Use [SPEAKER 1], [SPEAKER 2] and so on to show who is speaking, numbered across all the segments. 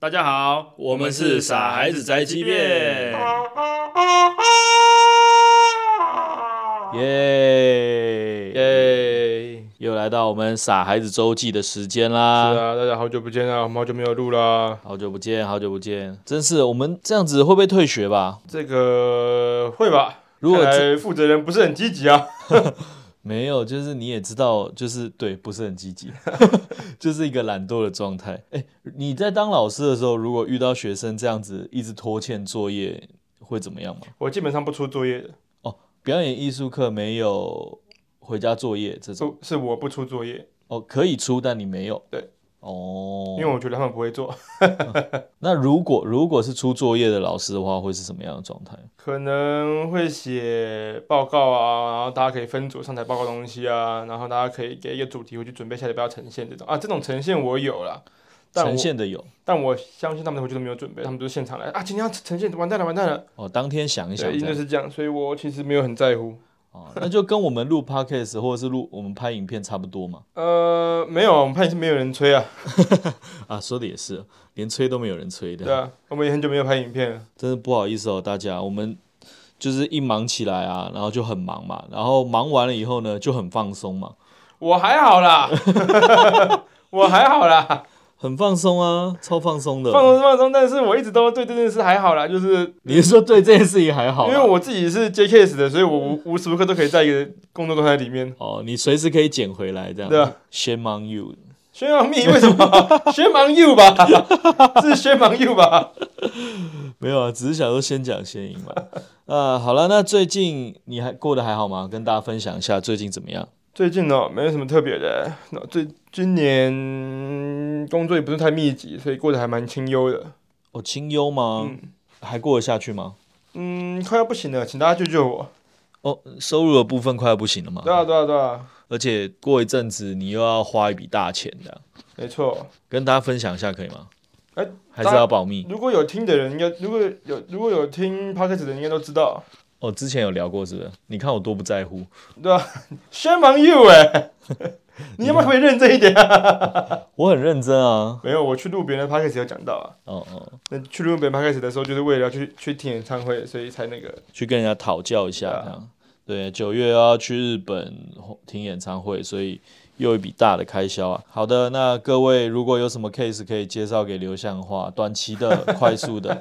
[SPEAKER 1] 大家好，
[SPEAKER 2] 我们是傻孩子宅急便
[SPEAKER 1] 耶
[SPEAKER 2] 耶！
[SPEAKER 1] 又来到我们傻孩子周记的时间
[SPEAKER 2] 是
[SPEAKER 1] 啦。
[SPEAKER 2] 啊，大家好久不见啊，我们好久没有录啦。
[SPEAKER 1] 好久不见，好久不见，真是我们这样子会不会退学吧？
[SPEAKER 2] 这个会吧？
[SPEAKER 1] 如果
[SPEAKER 2] 看
[SPEAKER 1] 这
[SPEAKER 2] 来负责人不是很积极啊，
[SPEAKER 1] 没有，就是你也知道，就是对，不是很 积极，就是一个懒惰的状态。哎、你在当老师的时候，如果遇到学生这样子一直拖欠作业，会怎么样吗？
[SPEAKER 2] 我基本上不出作业的，
[SPEAKER 1] 表演艺术课没有回家作业这种。
[SPEAKER 2] 是是我不出作业，
[SPEAKER 1] 哦，可以出，但你没有。
[SPEAKER 2] 对。
[SPEAKER 1] 哦
[SPEAKER 2] 因为，我觉得他们不会做。
[SPEAKER 1] 那如果如果是出作业的老师的话，会是什么样的状态？
[SPEAKER 2] 可能会写报告啊，然后大家可以分组上台报告东西啊，然后大家可以给一个主题，我去准备下礼拜要呈现这种啊，这种呈现我有啦，但我
[SPEAKER 1] 呈现的有
[SPEAKER 2] 但我相信他们回去都没有准备，他们都是现场来啊，今天要呈现，完蛋了，完蛋了，
[SPEAKER 1] 哦，当天想一想
[SPEAKER 2] 对，一
[SPEAKER 1] 这
[SPEAKER 2] 定就
[SPEAKER 1] 样
[SPEAKER 2] 是这样，所以我其实没有很在乎。
[SPEAKER 1] 哦，那就跟我们录 podcast 或者是录我们拍影片差不多嘛。
[SPEAKER 2] 呃，没有，我们拍是没有人 吹啊，
[SPEAKER 1] 啊，说的也是，连催都没有人催的，
[SPEAKER 2] 对啊，我们也很久没有拍影片了，
[SPEAKER 1] 真的不好意思哦，大家，我们就是一忙起来啊，然后就很忙嘛，然后忙完了以后呢，就很放松嘛，
[SPEAKER 2] 我还好 啦， 我还好啦，
[SPEAKER 1] 很放松啊，超放松的。
[SPEAKER 2] 放松是放松，但是我一直都对这件事还好啦，就是
[SPEAKER 1] 你是说对这件事情还好嗯
[SPEAKER 2] 因
[SPEAKER 1] 啊？
[SPEAKER 2] 为我自己是 J case 的，所以我无无时无刻都可以在一个工作状态里面。
[SPEAKER 1] 哦，你随时可以捡回来这样。
[SPEAKER 2] 对啊
[SPEAKER 1] Shame on you。
[SPEAKER 2] 宣扬蜜为什么？ 宣扬 you 吧， 是宣扬 you 吧？
[SPEAKER 1] 没有啊，只是想说先讲先赢嘛。啊、好了，那最近你还过得还好吗？跟大家分享一下最近怎么样？
[SPEAKER 2] 最近哦，没有什么特别的，那最今年工作也不是太密集，所以过得还蛮清幽的。
[SPEAKER 1] 哦，清幽吗？还过得下去吗？
[SPEAKER 2] 嗯，快要不行了，请大家救救我！
[SPEAKER 1] 哦，收入的部分快要不行了嘛。
[SPEAKER 2] 对啊，对啊，对啊，
[SPEAKER 1] 而且过一阵子你又要花一笔大钱的，
[SPEAKER 2] 没错。
[SPEAKER 1] 跟大家分享一下可以吗？
[SPEAKER 2] 哎
[SPEAKER 1] 还是要保密
[SPEAKER 2] 如果有听的人，应该如果有如果有听 podcast 的人，应该都知道，
[SPEAKER 1] 哦。之前有聊过是不是？你看我多不在乎，
[SPEAKER 2] 对 吧、宣忙 you 哎、 你要不要可以认真一点啊？
[SPEAKER 1] 我很认真啊。
[SPEAKER 2] 没有，我去录别人的 podcast 有讲到啊。
[SPEAKER 1] 哦哦，
[SPEAKER 2] 那去录别人 podcast 的时候，就是为了要去去听演唱会，所以才那个。
[SPEAKER 1] 去跟人家讨教一下
[SPEAKER 2] 对啊
[SPEAKER 1] 这样。对，九月要去日本听演唱会，所以又一笔大的开销啊。好的，那各位如果有什么 case 可以介绍给刘向的话，短期的、快 速的，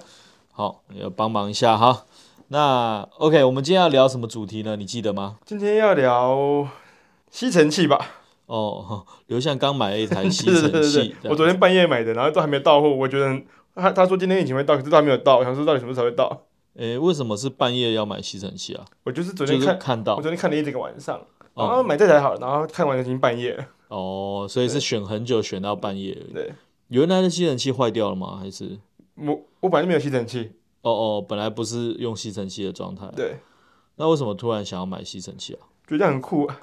[SPEAKER 1] 好，要帮忙一下哈。那 OK，我们今天要聊什么主题呢？你记得吗？
[SPEAKER 2] 今天要聊吸尘器吧？
[SPEAKER 1] 哦，刘向刚买了一台吸
[SPEAKER 2] 对 对
[SPEAKER 1] 尘
[SPEAKER 2] 对对
[SPEAKER 1] 器
[SPEAKER 2] 对，，我昨天半夜买的，然后都还没到货，我觉得很他他说今天疫情会到，可是都还没有到，我想说到底什么时候才会到？
[SPEAKER 1] 诶，为什么是半夜要买吸尘器啊？
[SPEAKER 2] 我就是啊昨天
[SPEAKER 1] 就是
[SPEAKER 2] 看，
[SPEAKER 1] 看
[SPEAKER 2] 我
[SPEAKER 1] 到
[SPEAKER 2] 昨天看了一整个晚上，然后
[SPEAKER 1] 哦
[SPEAKER 2] 买这台好了，然后看完已经半夜了。
[SPEAKER 1] 哦，所以是选很久，选到半夜而已。
[SPEAKER 2] 对，
[SPEAKER 1] 原来的吸尘器坏掉了吗？还是？
[SPEAKER 2] 我我本来就没有吸尘器，
[SPEAKER 1] 哦哦，本来不是用吸尘器的状态，啊
[SPEAKER 2] 对。
[SPEAKER 1] 那为什么突然想要买吸尘器啊？
[SPEAKER 2] 觉得很酷，啊，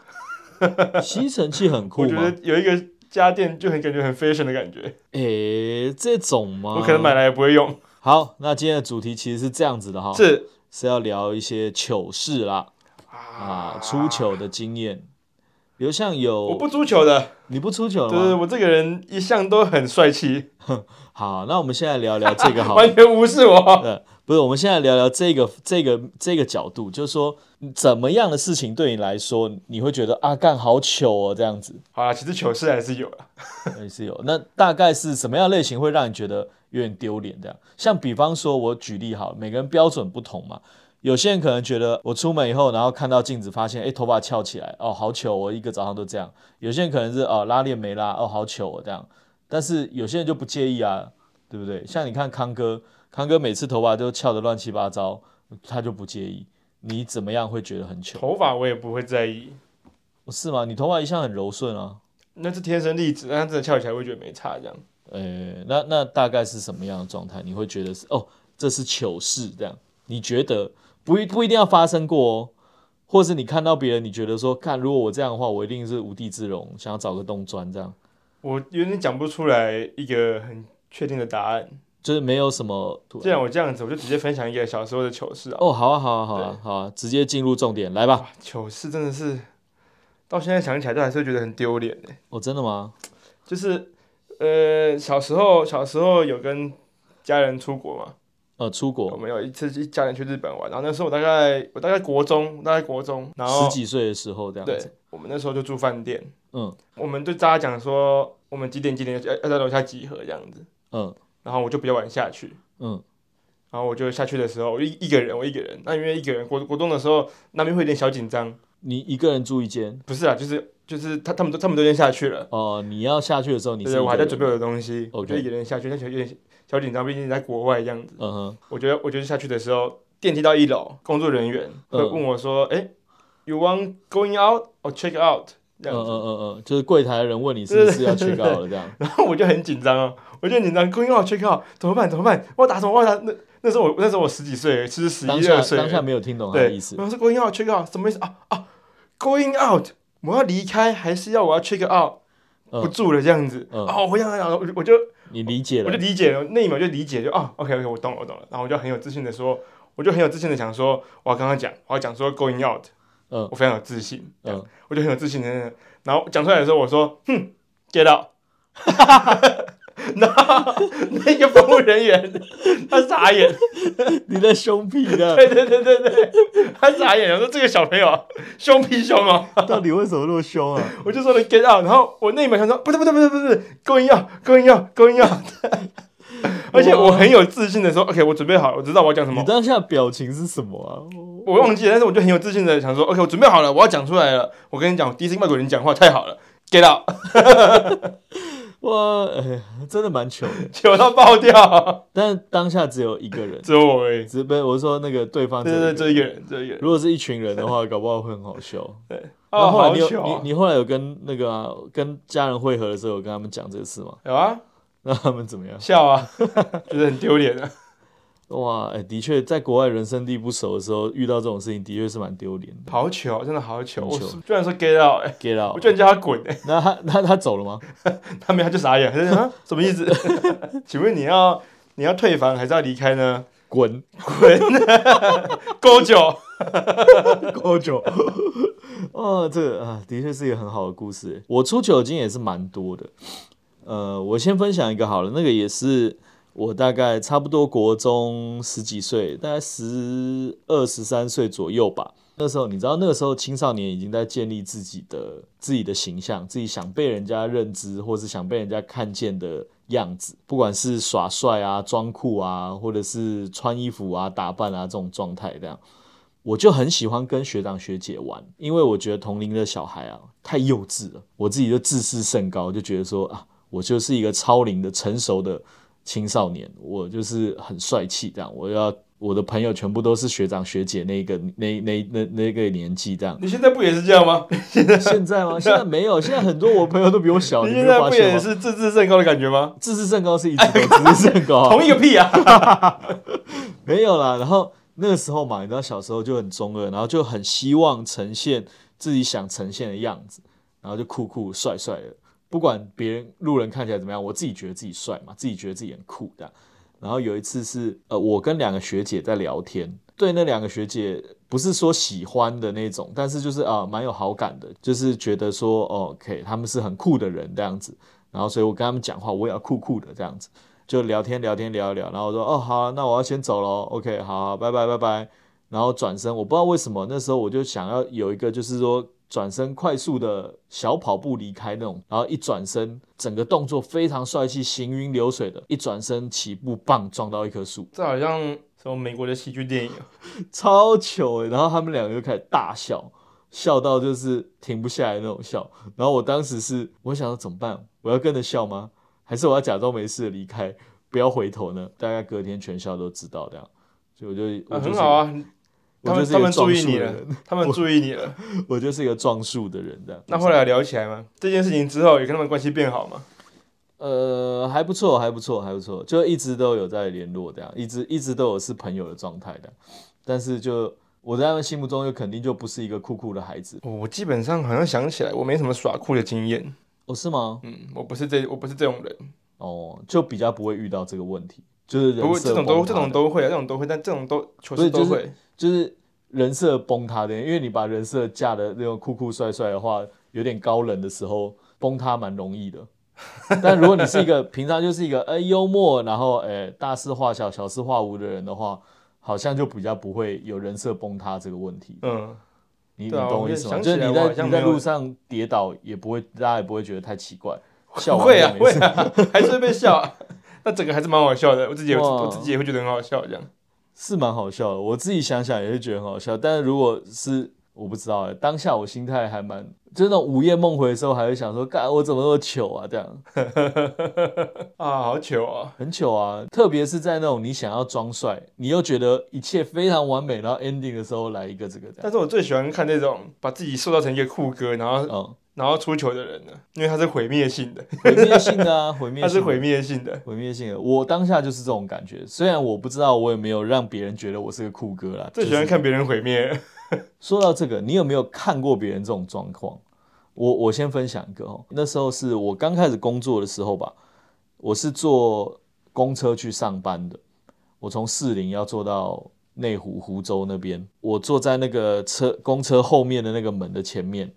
[SPEAKER 1] 吸尘器很酷
[SPEAKER 2] 我觉
[SPEAKER 1] 吗？
[SPEAKER 2] 得有一个家电就很感觉很 fashion 的感觉，
[SPEAKER 1] 诶、这种吗？
[SPEAKER 2] 我可能买。来也不会用。
[SPEAKER 1] 好，那今天的主题其实是这样子的哈，
[SPEAKER 2] 是
[SPEAKER 1] 是要聊一些糗事啦，啊，出，糗的经验。刘向
[SPEAKER 2] 我
[SPEAKER 1] 有，
[SPEAKER 2] 不足球的，
[SPEAKER 1] 你不出糗
[SPEAKER 2] 对
[SPEAKER 1] 了
[SPEAKER 2] 对，
[SPEAKER 1] 吗？
[SPEAKER 2] 我这个人一向都很帅气，
[SPEAKER 1] 好，那我们现在聊聊这个好了。
[SPEAKER 2] 完全无视我。
[SPEAKER 1] 呃，不是，我们现在聊聊这个这个这个角度，就是说怎么样的事情对你来说，你会觉得啊，干好糗哦，这样子。
[SPEAKER 2] 好啦，其实糗事还是有啦，
[SPEAKER 1] 也是有。那大概是什么样类型会让你觉得有点丢脸？这样，像比方说，我举例好了，每个人标准不同嘛。有些人可能觉得我出门以后，然后看到镜子，发现哎、诶头发翘起来，哦，好糗哦，我一个早上都这样。有些人可能是哦拉链没拉，哦，好糗哦这样。但是有些人就不介意啊，对不对？像你看康哥，康哥每次头发都翘得乱七八糟，他就不介意。你怎么样会觉得很糗？哦
[SPEAKER 2] 头发我也不会在意，
[SPEAKER 1] 是吗？你头发一向很柔顺啊。
[SPEAKER 2] 那是天生丽质，但它真的翘起来，我会觉得没差这样。
[SPEAKER 1] 呃，那那大概是什么样的状态？你会觉得是哦，这是糗事这样？你觉得不一不一定要发生过哦，或是你看到别人，你觉得说，看如果我这样的话，我一定是无地自容，想要找个洞钻这样，
[SPEAKER 2] 我有点讲不出来一个很确定的答案。
[SPEAKER 1] 就是没有什么突
[SPEAKER 2] 既然我这样子，我就直接分享一个小时候的糗事啊。
[SPEAKER 1] 哦，好啊，好啊，好啊，好啊，直接进入重点来吧。
[SPEAKER 2] 哇，糗事真的是到现在想起来都还是会觉得很丢脸欸
[SPEAKER 1] 哦，真的吗？
[SPEAKER 2] 就是呃，小时候小时候有跟家人出国嘛，
[SPEAKER 1] 呃，出
[SPEAKER 2] 我
[SPEAKER 1] 国
[SPEAKER 2] 们有一次一家人去日本玩，然后那时候我大概我大概国中，大概国中，然后
[SPEAKER 1] 十几岁的时候这样
[SPEAKER 2] 对
[SPEAKER 1] 子，，
[SPEAKER 2] 我们那时候就住饭店，
[SPEAKER 1] 嗯
[SPEAKER 2] 我们对大家讲说我们几点几点要要在楼下集合这样子，
[SPEAKER 1] 嗯
[SPEAKER 2] 然后我就比较晚下去，
[SPEAKER 1] 嗯
[SPEAKER 2] 然后我就下去的时候，我一一个人，我一个人。那因为一个人，国国中的时候难免会有点小紧张。
[SPEAKER 1] 你一个人住一间，
[SPEAKER 2] 不是啊，就是就是他他们都他们都先下去了，
[SPEAKER 1] 哦、你要下去的时候你
[SPEAKER 2] 对
[SPEAKER 1] 是
[SPEAKER 2] 对，我还在准
[SPEAKER 1] 备，
[SPEAKER 2] 备我的东西，我
[SPEAKER 1] OK
[SPEAKER 2] 就一个人下去，但是有点小紧张，毕竟在国外这样子。
[SPEAKER 1] 嗯哼，
[SPEAKER 2] 我觉得我觉得下去的时候，电梯到一楼，工作人员会
[SPEAKER 1] 嗯
[SPEAKER 2] 问我说：“哎、y o u want going out or check out？” 这
[SPEAKER 1] 嗯
[SPEAKER 2] 样
[SPEAKER 1] 嗯
[SPEAKER 2] 子，
[SPEAKER 1] 嗯嗯，就是柜台的人问你是不是要 check out 了这样，
[SPEAKER 2] 然 后我就很紧张哦，我就很紧张，going out check out 怎么办？怎么办？我打什么？我打那那时候我那时候我十几岁，其实十
[SPEAKER 1] 当
[SPEAKER 2] 一二
[SPEAKER 1] 下
[SPEAKER 2] 岁而已，
[SPEAKER 1] 当下没有听懂他的
[SPEAKER 2] 对，
[SPEAKER 1] 意思，
[SPEAKER 2] 然后是 going out check out 什么意思啊啊？going out 我要离开还是要我要 check out？、
[SPEAKER 1] 嗯
[SPEAKER 2] 不住了这样子，
[SPEAKER 1] 嗯
[SPEAKER 2] 哦，我想想，我就我就
[SPEAKER 1] 你理解
[SPEAKER 2] 我就
[SPEAKER 1] 了，
[SPEAKER 2] 理解了，那一秒就理解就哦，OK OK，我懂了我懂了，然后我就很有自信的说，我就很有自信的想说，我要刚刚讲，我要讲说 going out，
[SPEAKER 1] 嗯
[SPEAKER 2] 我非常有自信，这样
[SPEAKER 1] 嗯
[SPEAKER 2] 我就很有自信的，然后讲出来的时候我说，哼，get out。然后那个服务人员，他傻眼，
[SPEAKER 1] 你在凶屁的，
[SPEAKER 2] 对对对对对，他傻眼了，说这个小朋友凶屁凶哦，
[SPEAKER 1] 到底啊为什么那么凶啊？
[SPEAKER 2] 我就说了 get out，然后我那一秒想说不对不对不对不对，going out，going out，going out，而且我很有自信的说 OK，我准备好了，我知道我要讲什
[SPEAKER 1] 你
[SPEAKER 2] 么，
[SPEAKER 1] 当下表情是什么啊？
[SPEAKER 2] 我忘记了，但是我就很有自信的想说 OK，我准备好了，我要讲出来了，我跟你讲，我第一次跟外国人讲话太好了，get out，
[SPEAKER 1] 哇，哎呀真的蛮糗的，
[SPEAKER 2] 球到爆掉，
[SPEAKER 1] 但是当下只有一个人，
[SPEAKER 2] 只有我而已，
[SPEAKER 1] 只被我说那个对方，
[SPEAKER 2] 对对对，只有一个。人，只有一个人，
[SPEAKER 1] 如果是一群人的话，搞不好会很好笑。
[SPEAKER 2] 哦，
[SPEAKER 1] 那后来
[SPEAKER 2] 好
[SPEAKER 1] 你
[SPEAKER 2] 糗
[SPEAKER 1] 有
[SPEAKER 2] 啊，
[SPEAKER 1] 你你后来有跟那个啊跟家人会合的时候，有跟他们讲这个事吗？
[SPEAKER 2] 有啊，
[SPEAKER 1] 那他们怎么样？
[SPEAKER 2] 笑啊，觉得很丢脸啊，
[SPEAKER 1] 哇，哎、的确，在国外人生地不熟的时候，遇到这种事情，的确是蛮丢脸的。
[SPEAKER 2] 好糗，真的好糗，
[SPEAKER 1] 很
[SPEAKER 2] 我
[SPEAKER 1] 糗
[SPEAKER 2] 是居然说 get out，哎、
[SPEAKER 1] get
[SPEAKER 2] 我
[SPEAKER 1] out，
[SPEAKER 2] 居然叫他滚、哎。
[SPEAKER 1] 那他那他走了吗？
[SPEAKER 2] 他没有，他就傻眼，他就说啊 什么意思？请问你要你要退房还是要离开呢？
[SPEAKER 1] 滚，
[SPEAKER 2] 滚，勾九，。
[SPEAKER 1] 够久。 哦，这个啊，的确是一个很好的故事。我出酒精也是蛮多的。呃，我先分享一个好了，那个也是我大概差不多国中十几岁，大概十二十三岁左右吧。那时候你知道，那个时候青少年已经在建立自己的自己的形象，自己想被人家认知，或是想被人家看见的样子，不管是耍帅啊、装酷啊，或者是穿衣服啊、打扮啊这种状态这样。我就很喜欢跟学长学姐玩，因为我觉得同龄的小孩啊太幼稚了，我自己就自视甚高，就觉得说啊，我就是一个超龄的成熟的青少年，啊我就是很帅气这样，我要我的朋友全部都是学长学姐那个那那那那个年纪这样
[SPEAKER 2] 你现在不也是这样吗？
[SPEAKER 1] 现在吗？现在没有，现在很多我朋友都比我小，
[SPEAKER 2] 哦你
[SPEAKER 1] 你
[SPEAKER 2] 现
[SPEAKER 1] 没
[SPEAKER 2] 在
[SPEAKER 1] 有发
[SPEAKER 2] 不
[SPEAKER 1] 现
[SPEAKER 2] 也
[SPEAKER 1] 吗？
[SPEAKER 2] 是自视甚高的感觉吗？
[SPEAKER 1] 自视甚 高是一直都自视甚高啊，
[SPEAKER 2] 同一个屁啊！
[SPEAKER 1] 没有啦，然后那个时候嘛，你知道小时候就很中二，然后就很希望呈现自己想呈现的样子，然后就酷酷帅帅的，不管别人路人看起来怎么样，我自己觉得自己帅嘛，自己觉得自己很酷这样。然后有一次是呃，我跟两个学姐在聊天，对那两个学姐不是说喜欢的那种，但是就是啊、呃蛮有好感的，就是觉得说哦 OK，他们是很酷的人这样子。然后所以我跟他们讲话，我也要酷酷的这样子。就聊天聊天聊一聊，然后我说哦好啊、那我要先走喽，OK，好啊、拜拜拜拜。然后转身，我不知道为什么那时候我就想要有一个就是说转身快速的小跑步离开那种，然后一转身，整个动作非常帅气，行云流水的，一转身起步棒撞到一棵 树，
[SPEAKER 2] 这好像什么美国的喜剧电影，啊
[SPEAKER 1] 超糗欸然后他们两个就开始大笑，笑到就是停不下来那种笑。然后我当时是我想说怎么办？我要跟着笑吗？还是我要假装没事地离开，不要回头呢？大概隔天全校都知道这样，所以我就、
[SPEAKER 2] 啊
[SPEAKER 1] 我就是
[SPEAKER 2] 很好，啊。
[SPEAKER 1] 我
[SPEAKER 2] 他
[SPEAKER 1] 就
[SPEAKER 2] 们
[SPEAKER 1] 是
[SPEAKER 2] 他们
[SPEAKER 1] 一个
[SPEAKER 2] 注
[SPEAKER 1] 撞
[SPEAKER 2] 意
[SPEAKER 1] 树
[SPEAKER 2] 你
[SPEAKER 1] 的
[SPEAKER 2] 了
[SPEAKER 1] 人，，
[SPEAKER 2] 他们注意你了。
[SPEAKER 1] 我就是一个撞树的人这样。
[SPEAKER 2] 那后来有聊起来吗？这件事情之后也跟他们关系变好吗？
[SPEAKER 1] 呃还不错，还不错，还不错，就一直都有在联络这样，一直一直都有是朋友的状态的，但是就。我在他们心目中就肯定就不是一个酷酷的孩子
[SPEAKER 2] 我基本上好像想起来，我没什么耍酷的经验。
[SPEAKER 1] 哦，是吗？
[SPEAKER 2] 嗯，我不是这我不是这种人。
[SPEAKER 1] 哦，就比较不会遇到这个问题，就是人
[SPEAKER 2] 不过
[SPEAKER 1] 设
[SPEAKER 2] 这种
[SPEAKER 1] 崩
[SPEAKER 2] 都
[SPEAKER 1] 塌
[SPEAKER 2] 这种
[SPEAKER 1] 的
[SPEAKER 2] 都会啊，这种都会，但这种都确
[SPEAKER 1] 不
[SPEAKER 2] 实
[SPEAKER 1] 是
[SPEAKER 2] 都
[SPEAKER 1] 就是
[SPEAKER 2] 会。
[SPEAKER 1] 就是人设崩塌的，因为你把人设架的那种酷酷帅帅的话，有点高冷的时候，崩塌蛮容易的。但如果你是一个 平常就是一个哎幽默，然后哎大事化小、小事化无的人的话，好像就比较不会有人设崩塌这个问题。
[SPEAKER 2] 嗯，
[SPEAKER 1] 你、
[SPEAKER 2] 对啊
[SPEAKER 1] 你懂我意思吗？
[SPEAKER 2] 我觉
[SPEAKER 1] 就是
[SPEAKER 2] 得想起来
[SPEAKER 1] 你
[SPEAKER 2] 我好
[SPEAKER 1] 在
[SPEAKER 2] 像
[SPEAKER 1] 你在
[SPEAKER 2] 没有
[SPEAKER 1] 路上跌倒也不会，大家也不会觉得太奇 怪。笑完
[SPEAKER 2] 会啊
[SPEAKER 1] 就没
[SPEAKER 2] 会
[SPEAKER 1] 事
[SPEAKER 2] 啊， 还是会被笑啊。那整个还是蛮好笑的，我自己也
[SPEAKER 1] 哇
[SPEAKER 2] 我自己也会觉得很好笑这样。
[SPEAKER 1] 是蛮好笑的，我自己想想也是觉得很好笑。但是如果是我不知道、欸，当下我心态还蛮，就是那种午夜梦回的时候，还会想说，干我怎么那么糗啊？这样
[SPEAKER 2] 啊，好糗啊！
[SPEAKER 1] 很糗啊！特别是在那种你想要装帅，你又觉得一切非常完美，然后 ending 的时候来一个这个这样，
[SPEAKER 2] 但是我最喜欢看那种把自己塑造成一个酷哥，然后
[SPEAKER 1] 嗯，
[SPEAKER 2] 然后出糗的人了，因为他是毁灭性的，
[SPEAKER 1] 毁灭性的啊，毁 灭
[SPEAKER 2] 他
[SPEAKER 1] 性
[SPEAKER 2] 是
[SPEAKER 1] 的
[SPEAKER 2] 毁灭性的。
[SPEAKER 1] 毁灭性的。我当下就是这种感觉，虽然我不知道，我也没有让别人觉得我是个酷哥啦。
[SPEAKER 2] 最
[SPEAKER 1] 就
[SPEAKER 2] 喜
[SPEAKER 1] 是
[SPEAKER 2] 欢看别人毁灭，
[SPEAKER 1] 说到这个，你有没有看过别人这种状况？我我先分享一个哦，那时候是我刚开始工作的时候吧，我是坐公车去上班的，我从士林要坐到内湖湖州那边，我坐在那个车公车后面的那个门的前面，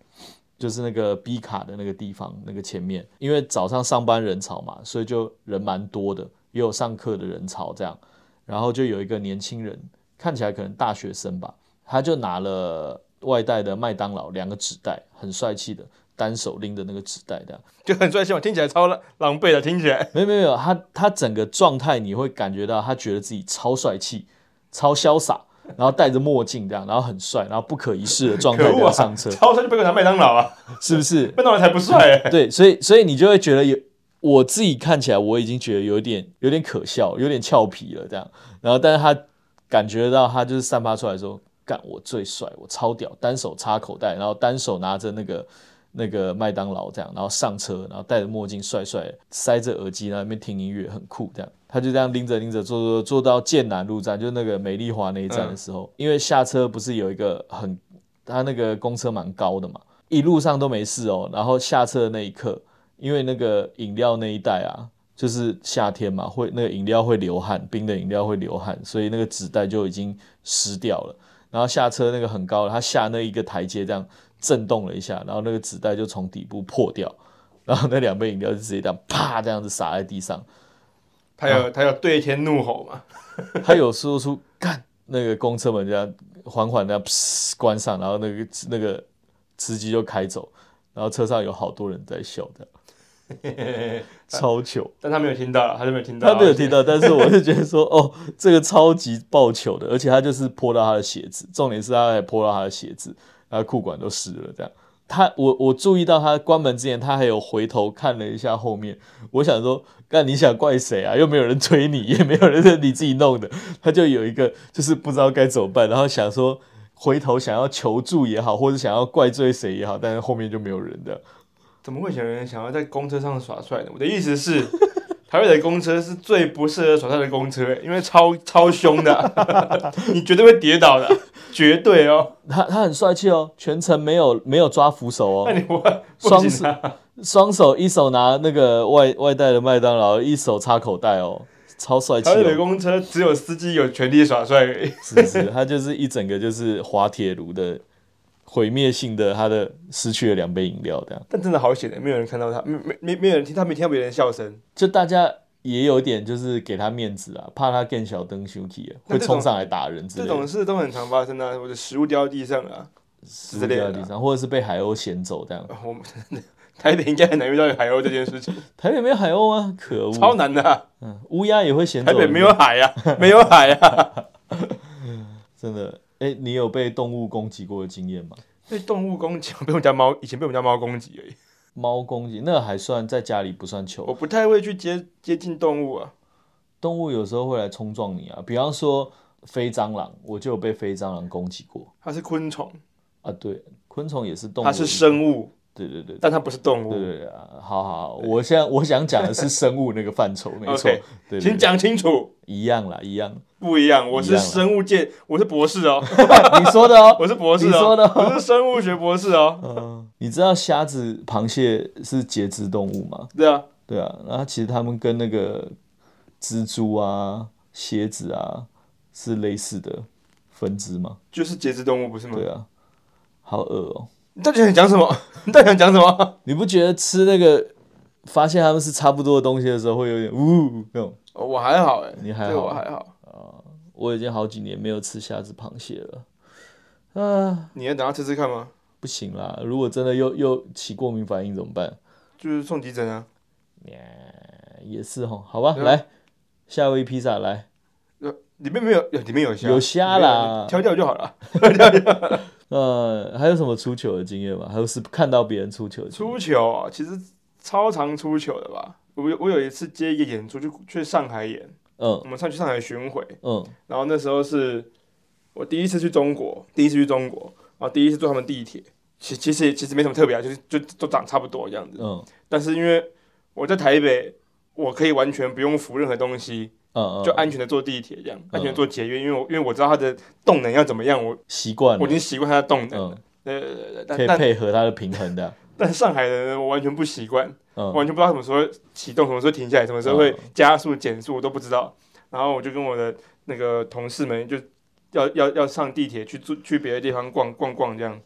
[SPEAKER 1] 就是那个 B 卡的那个地方那个前面，因为早上上班人潮嘛，所以就人蛮多的，也有上课的人潮这样，然后就有一个年轻人，看起来可能大学生吧，他就拿了外带的麦当劳两个纸袋，很帅气的，单手拎着那个纸袋这样。
[SPEAKER 2] 就很帅气嘛，听起来超狼狼狈的，听起来。
[SPEAKER 1] 没有没有没有，他他整个状态你会感觉到他觉得自己超帅气、超潇洒，然后戴着墨镜这样，然后很帅，然后不可一世的状态
[SPEAKER 2] 可恶
[SPEAKER 1] 要
[SPEAKER 2] 啊！
[SPEAKER 1] 上车，
[SPEAKER 2] 超帅就不给我拿麦当劳啊，
[SPEAKER 1] 是不是？
[SPEAKER 2] 麦当劳才不帅 欸
[SPEAKER 1] 对，所以所以你就会觉得有我自己看起来我已经觉得有点有点可笑，有点俏皮了这样。然后，但是他感觉到他就是散发出来说：“干，我最帅，我超屌，单手插口袋，然后单手拿着那个那个麦当劳这样，然后上车，然后戴着墨镜，帅帅的，塞着耳机，然后在那边听音乐，很酷这样。”他就这样拎着拎着坐坐坐到剑南路站，就是那个美丽华那一站的时候，因为下车不是有一个很他那个公车蛮高的嘛，一路上都没事哦。然后下车的那一刻，因为那个饮料那一带啊，就是夏天嘛，会那个饮料会流汗，冰的饮料会流汗，所以那个纸袋就已经湿掉了。然后下车那个很高的，他下那一个台阶这样震动了一下，然后那个纸袋就从底部破掉，然后那两杯饮料就直接这样啪这样子洒在地上。
[SPEAKER 2] 他有他有对天怒吼嘛，
[SPEAKER 1] 他有说出干那个公车门这样呃缓缓的关上，然后那个那个司机就开走，然后车上有好多人在笑的，超糗。
[SPEAKER 2] 但他没有听到，他就没有听到。
[SPEAKER 1] 他没有听到，但是我是觉得说， 哦，这个超级爆糗的，而且他就是泼到他的鞋子，重点是他还泼到他的鞋子，然后裤管都湿了这样。他我我注意到他关门之前，他还有回头看了一下后面。我想说，干你想怪谁啊？又没有人推你，也没有人是你自己弄的。他就有一个就是不知道该怎么办，然后想说回头想要求助也好，或者想要怪罪谁也好，但是后面就没有人的。
[SPEAKER 2] 怎么会有人想要在公车上耍帅呢？我的意思是， 台北的公车是最不适合耍帅的公车，因为超超凶的 啊，你绝对会跌倒的，绝对哦。
[SPEAKER 1] 他他很帅气哦，全程没有没有抓扶手哦。
[SPEAKER 2] 那你不不
[SPEAKER 1] 双
[SPEAKER 2] 行啊，
[SPEAKER 1] 双手一手拿那个外外带的麦当劳，一手插口袋哦，超帅气、
[SPEAKER 2] 台北的
[SPEAKER 1] 哦，
[SPEAKER 2] 公车只有司机有权利耍帅而已。
[SPEAKER 1] 是不是？ 他就是一整个就是滑铁卢的毁灭性的，他的失去了两杯饮料，这样
[SPEAKER 2] 但真的好险欸的，没有人看到他，没没没没有人听，他没听到别人笑声。
[SPEAKER 1] 就大家也有点就是给他面子啊，怕他更小灯休息啊，会
[SPEAKER 2] 那这种
[SPEAKER 1] 冲上来打人之
[SPEAKER 2] 这
[SPEAKER 1] 类的
[SPEAKER 2] 种，事都很常发生啊，我的食物掉到地上了啊、
[SPEAKER 1] 死
[SPEAKER 2] 之类的啊
[SPEAKER 1] 掉地上，或者是被海鸥衔走这样。
[SPEAKER 2] 呃我们 台北应该很难遇到海鸥这件事情，
[SPEAKER 1] 台北没有海鸥吗？可
[SPEAKER 2] 超
[SPEAKER 1] 恶，
[SPEAKER 2] 难的啊、
[SPEAKER 1] 嗯乌鸦也会衔走
[SPEAKER 2] 台
[SPEAKER 1] 人吗。
[SPEAKER 2] 北没有海啊，没有海 啊。
[SPEAKER 1] 真的。哎、你有被动物攻击过的经验吗？
[SPEAKER 2] 被哎动物攻击，被我们家猫以前被我们家猫攻击而已。
[SPEAKER 1] 猫攻击那还算在家里不算糗，
[SPEAKER 2] 我不太会去接接近动物啊，
[SPEAKER 1] 动物有时候会来冲撞你啊，比方说飞蟑螂，我就有被飞蟑螂攻击过
[SPEAKER 2] 它是昆虫，
[SPEAKER 1] 啊。对，昆虫也是动物，
[SPEAKER 2] 它是生物，
[SPEAKER 1] 对对对
[SPEAKER 2] 但它不是动
[SPEAKER 1] 对
[SPEAKER 2] 物。
[SPEAKER 1] 对对啊！好好，好我现在我想讲的是生物那个范畴，没 错
[SPEAKER 2] OK，，
[SPEAKER 1] 对对
[SPEAKER 2] 请
[SPEAKER 1] 对，
[SPEAKER 2] 讲清楚，
[SPEAKER 1] 一样啦，一样。
[SPEAKER 2] 不一样。我
[SPEAKER 1] 一
[SPEAKER 2] 是
[SPEAKER 1] 样啊
[SPEAKER 2] 生物界，我是博士哦，
[SPEAKER 1] 你说的哦，
[SPEAKER 2] 我是博士
[SPEAKER 1] 你说
[SPEAKER 2] 哦
[SPEAKER 1] 的，哦
[SPEAKER 2] 我是生物学博士哦。
[SPEAKER 1] 嗯，你知道虾子、螃蟹是节肢动物吗？
[SPEAKER 2] 对啊，
[SPEAKER 1] 对啊，然后其实它们跟那个蜘蛛啊、蝎子啊是类似的分支嘛。
[SPEAKER 2] 就是节肢动物不是吗？
[SPEAKER 1] 对啊，好恶哦、
[SPEAKER 2] 你到底想讲什么？你到底想讲什么？
[SPEAKER 1] 你不觉得吃那个发现他们是差不多的东西的时候，会有点呜那种。
[SPEAKER 2] 哦我还好哎、
[SPEAKER 1] 你还好
[SPEAKER 2] 这个我还好。
[SPEAKER 1] 我已经好几年没有吃虾子、螃蟹了，啊，
[SPEAKER 2] 你要等下吃吃看吗？
[SPEAKER 1] 不行啦！如果真的又又起过敏反应怎么办？
[SPEAKER 2] 就是送急诊啊。
[SPEAKER 1] 呃也是哈，好吧，
[SPEAKER 2] 对啊
[SPEAKER 1] 来夏威夷披萨来，
[SPEAKER 2] 呃里面没有，有里面有虾，
[SPEAKER 1] 有虾啦
[SPEAKER 2] 挑掉就好了。
[SPEAKER 1] 呃，还有什么出糗的经验吗？还有是看到别人出糗的经
[SPEAKER 2] 出
[SPEAKER 1] 验？
[SPEAKER 2] 糗啊，其实超常出糗的吧。我有我有一次接一个演出，就去上海演，
[SPEAKER 1] 嗯
[SPEAKER 2] 我们上去上海巡回，
[SPEAKER 1] 嗯
[SPEAKER 2] 然后那时候是我第一次去中国，第一次去中国，然后第一次坐他们地铁，其其实也其实没什么特别啊，就是就都长差不多这样子。
[SPEAKER 1] 嗯
[SPEAKER 2] 但是因为我在台北，我可以完全不用扶任何东西，
[SPEAKER 1] 嗯
[SPEAKER 2] 就
[SPEAKER 1] 嗯，
[SPEAKER 2] 安全的坐地铁这样，安全地坐捷运，因为我因为我知道它的动能要怎么样，我
[SPEAKER 1] 习惯
[SPEAKER 2] 我
[SPEAKER 1] 了
[SPEAKER 2] 已，经习惯它的动能了。
[SPEAKER 1] 嗯，
[SPEAKER 2] 对对对对，
[SPEAKER 1] 可
[SPEAKER 2] 但
[SPEAKER 1] 以
[SPEAKER 2] 但
[SPEAKER 1] 配合它的平衡的，
[SPEAKER 2] 但上海的人我完全不习惯，我
[SPEAKER 1] 嗯
[SPEAKER 2] 完全不知道什么时候启动，什么时候停下来，什么时候会
[SPEAKER 1] 嗯
[SPEAKER 2] 加速、减速，我都不知道。然后我就跟我的那个同事们就要要要上地铁去住去别的地方逛逛逛这样。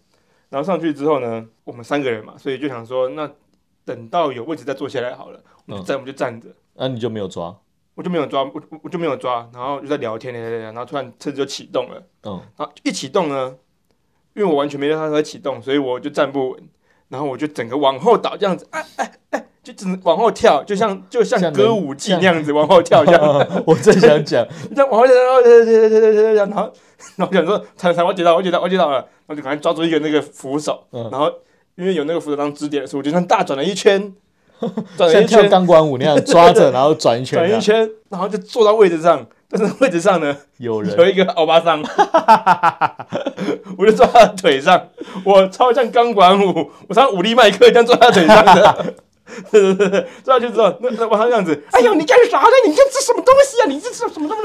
[SPEAKER 2] 然后上去之后呢，我们三个人嘛，所以就想说，那等到有位置再坐下来好了。
[SPEAKER 1] 嗯
[SPEAKER 2] 我们就站，我们就站着，
[SPEAKER 1] 那你就没有抓，
[SPEAKER 2] 我就没有抓，我我我就没有抓，然后就在聊天聊聊聊，然后突然车子就启动了。
[SPEAKER 1] 嗯
[SPEAKER 2] 然后一启动呢，因为我完全没让它它启动，所以我就站不稳，然后我就整个往后倒，这样子，哎哎哎，就只能往后跳，就像就像
[SPEAKER 1] 像
[SPEAKER 2] 歌
[SPEAKER 1] 人
[SPEAKER 2] 舞伎那样子往后跳，这样，
[SPEAKER 1] 我正想讲，
[SPEAKER 2] 这样往后跳，然后跳跳跳跳跳，然后然后想说，惨惨，我跌倒，我跌倒，我跌倒了，然后就赶快抓住一个那个扶手，
[SPEAKER 1] 嗯
[SPEAKER 2] 然后因为有那个扶手当支点，所以我就这样大转了一圈，转了
[SPEAKER 1] 像
[SPEAKER 2] 一
[SPEAKER 1] 跳
[SPEAKER 2] 圈，
[SPEAKER 1] 钢管舞那样抓着，然后 转一圈
[SPEAKER 2] 转
[SPEAKER 1] 这
[SPEAKER 2] 一
[SPEAKER 1] 样，
[SPEAKER 2] 圈，然后就坐到位置上，但是位置上呢。
[SPEAKER 1] 有人
[SPEAKER 2] 有一个欧巴桑，我就坐他的腿上，我超像钢管舞，我像武力麦克一样坐他腿上的。 对对对对，坐下去之后，那那我他这样子，哎呦，你干啥呢？你这是什么东西啊？你这是什么东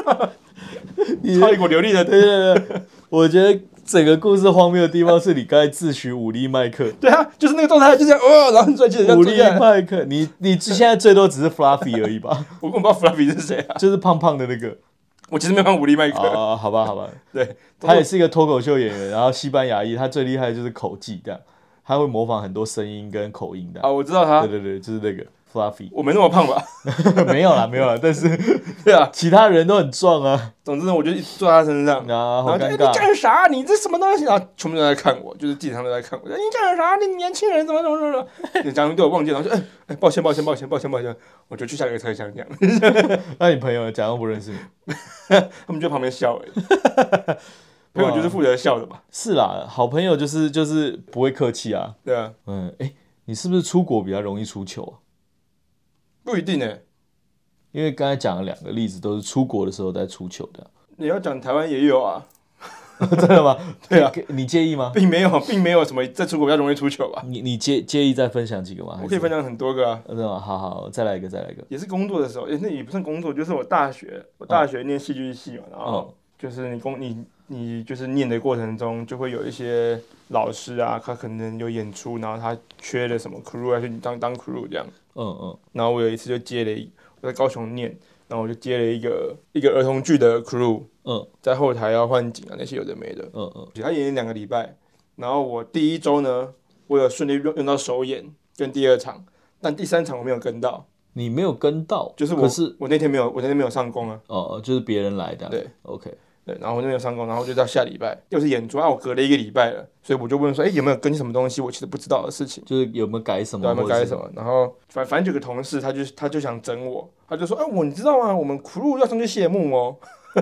[SPEAKER 2] 西、
[SPEAKER 1] 你
[SPEAKER 2] 啊？超一股流利的，对
[SPEAKER 1] 对对对，我觉得整个故事荒谬的地方是你刚才自诩武力麦 克，
[SPEAKER 2] 对啊，就是那个状态，就这样哦，然后你坐下去，坐
[SPEAKER 1] 武力
[SPEAKER 2] 下来，
[SPEAKER 1] 麦克，你你现在最多只是 fluffy 而已吧，
[SPEAKER 2] 我根本不知道 Fluffy 是谁啊，
[SPEAKER 1] 就是胖胖的那个
[SPEAKER 2] 我其实没有看武力麦克，
[SPEAKER 1] 啊，好吧好吧，
[SPEAKER 2] 对，
[SPEAKER 1] 他也是一个脱口秀演员，然后西班牙裔，他最厉害的就是口技这样，他会模仿很多声音跟口音的，
[SPEAKER 2] 啊，我知道他
[SPEAKER 1] 对，对对，就是那个 fluffy，
[SPEAKER 2] 我没那么胖吧？
[SPEAKER 1] 没有啦没有啦，但是
[SPEAKER 2] 对啊，
[SPEAKER 1] 其他人都很壮啊，
[SPEAKER 2] 总之呢，我就一直坐在他身上，
[SPEAKER 1] 啊
[SPEAKER 2] 然后
[SPEAKER 1] 好
[SPEAKER 2] 就哎
[SPEAKER 1] 尴
[SPEAKER 2] 你
[SPEAKER 1] 尬，
[SPEAKER 2] 干啥？你这什么东西？然后全部都在看我，就是地上都在看我。你干啥？你年轻人怎么怎么怎么 怎么？你讲对我忘记了，我说哎哎，抱歉抱歉抱歉抱歉抱歉，我就去下一个车厢这样。
[SPEAKER 1] 那你朋友假装不认识你，
[SPEAKER 2] 他们就在旁边笑 哎、朋友就是负责笑的嘛，
[SPEAKER 1] 是啦，好朋友就是就是不会客气啊，
[SPEAKER 2] 对啊，
[SPEAKER 1] 嗯，哎，你是不是出国比较容易出糗啊？
[SPEAKER 2] 不一定哎、
[SPEAKER 1] 因为刚才讲了两个例子都是出国的时候在出糗的，
[SPEAKER 2] 你要讲台湾也有啊，
[SPEAKER 1] 真的吗？
[SPEAKER 2] 对啊，
[SPEAKER 1] 你介意吗？
[SPEAKER 2] 并没有并没有什么在出国比较容易出糗吧？
[SPEAKER 1] 你你介介意再分享几个吗？
[SPEAKER 2] 我可以分享很多个啊，
[SPEAKER 1] 还是。真的吗？好好，再来一个，再来一个。
[SPEAKER 2] 也是工作的时候，也那也不算工作，就是我大学，我大
[SPEAKER 1] 啊
[SPEAKER 2] 学念戏剧系嘛，然
[SPEAKER 1] 哦
[SPEAKER 2] 后就是你工你你就是念的过程中，就会有一些老师啊，他可能有演出，然后他缺了什么 crew 要去当当 crew 这样，
[SPEAKER 1] 嗯嗯
[SPEAKER 2] 然后我有一次就接了一我在高雄念，然后我就接了一个一个儿童剧的 crew，
[SPEAKER 1] 嗯
[SPEAKER 2] 在后台要换景啊那些有的没的，
[SPEAKER 1] 嗯嗯，
[SPEAKER 2] 他演两个礼拜，然后我第一周呢，我有顺利用用到首演跟第二场，但第三场我没有跟到。
[SPEAKER 1] 你没有跟到，
[SPEAKER 2] 就是我
[SPEAKER 1] 可是
[SPEAKER 2] 我那天没有，我那天没有上工啊，
[SPEAKER 1] 哦，就是别人来的。
[SPEAKER 2] 对
[SPEAKER 1] ，OK，
[SPEAKER 2] 对，然后我那天没有上工，然后就到下礼拜又是演出啊，我隔了一个礼拜了，所以我就问说，哎，有没有跟什么东西我其实不知道的事情，
[SPEAKER 1] 就是有没有改什
[SPEAKER 2] 对，啊
[SPEAKER 1] 么？
[SPEAKER 2] 有没有改什
[SPEAKER 1] 么？
[SPEAKER 2] 么？然后反反正有个同事他就他就想整我，他就说，哎，我你知道吗？我们 crew 要上去谢幕哦。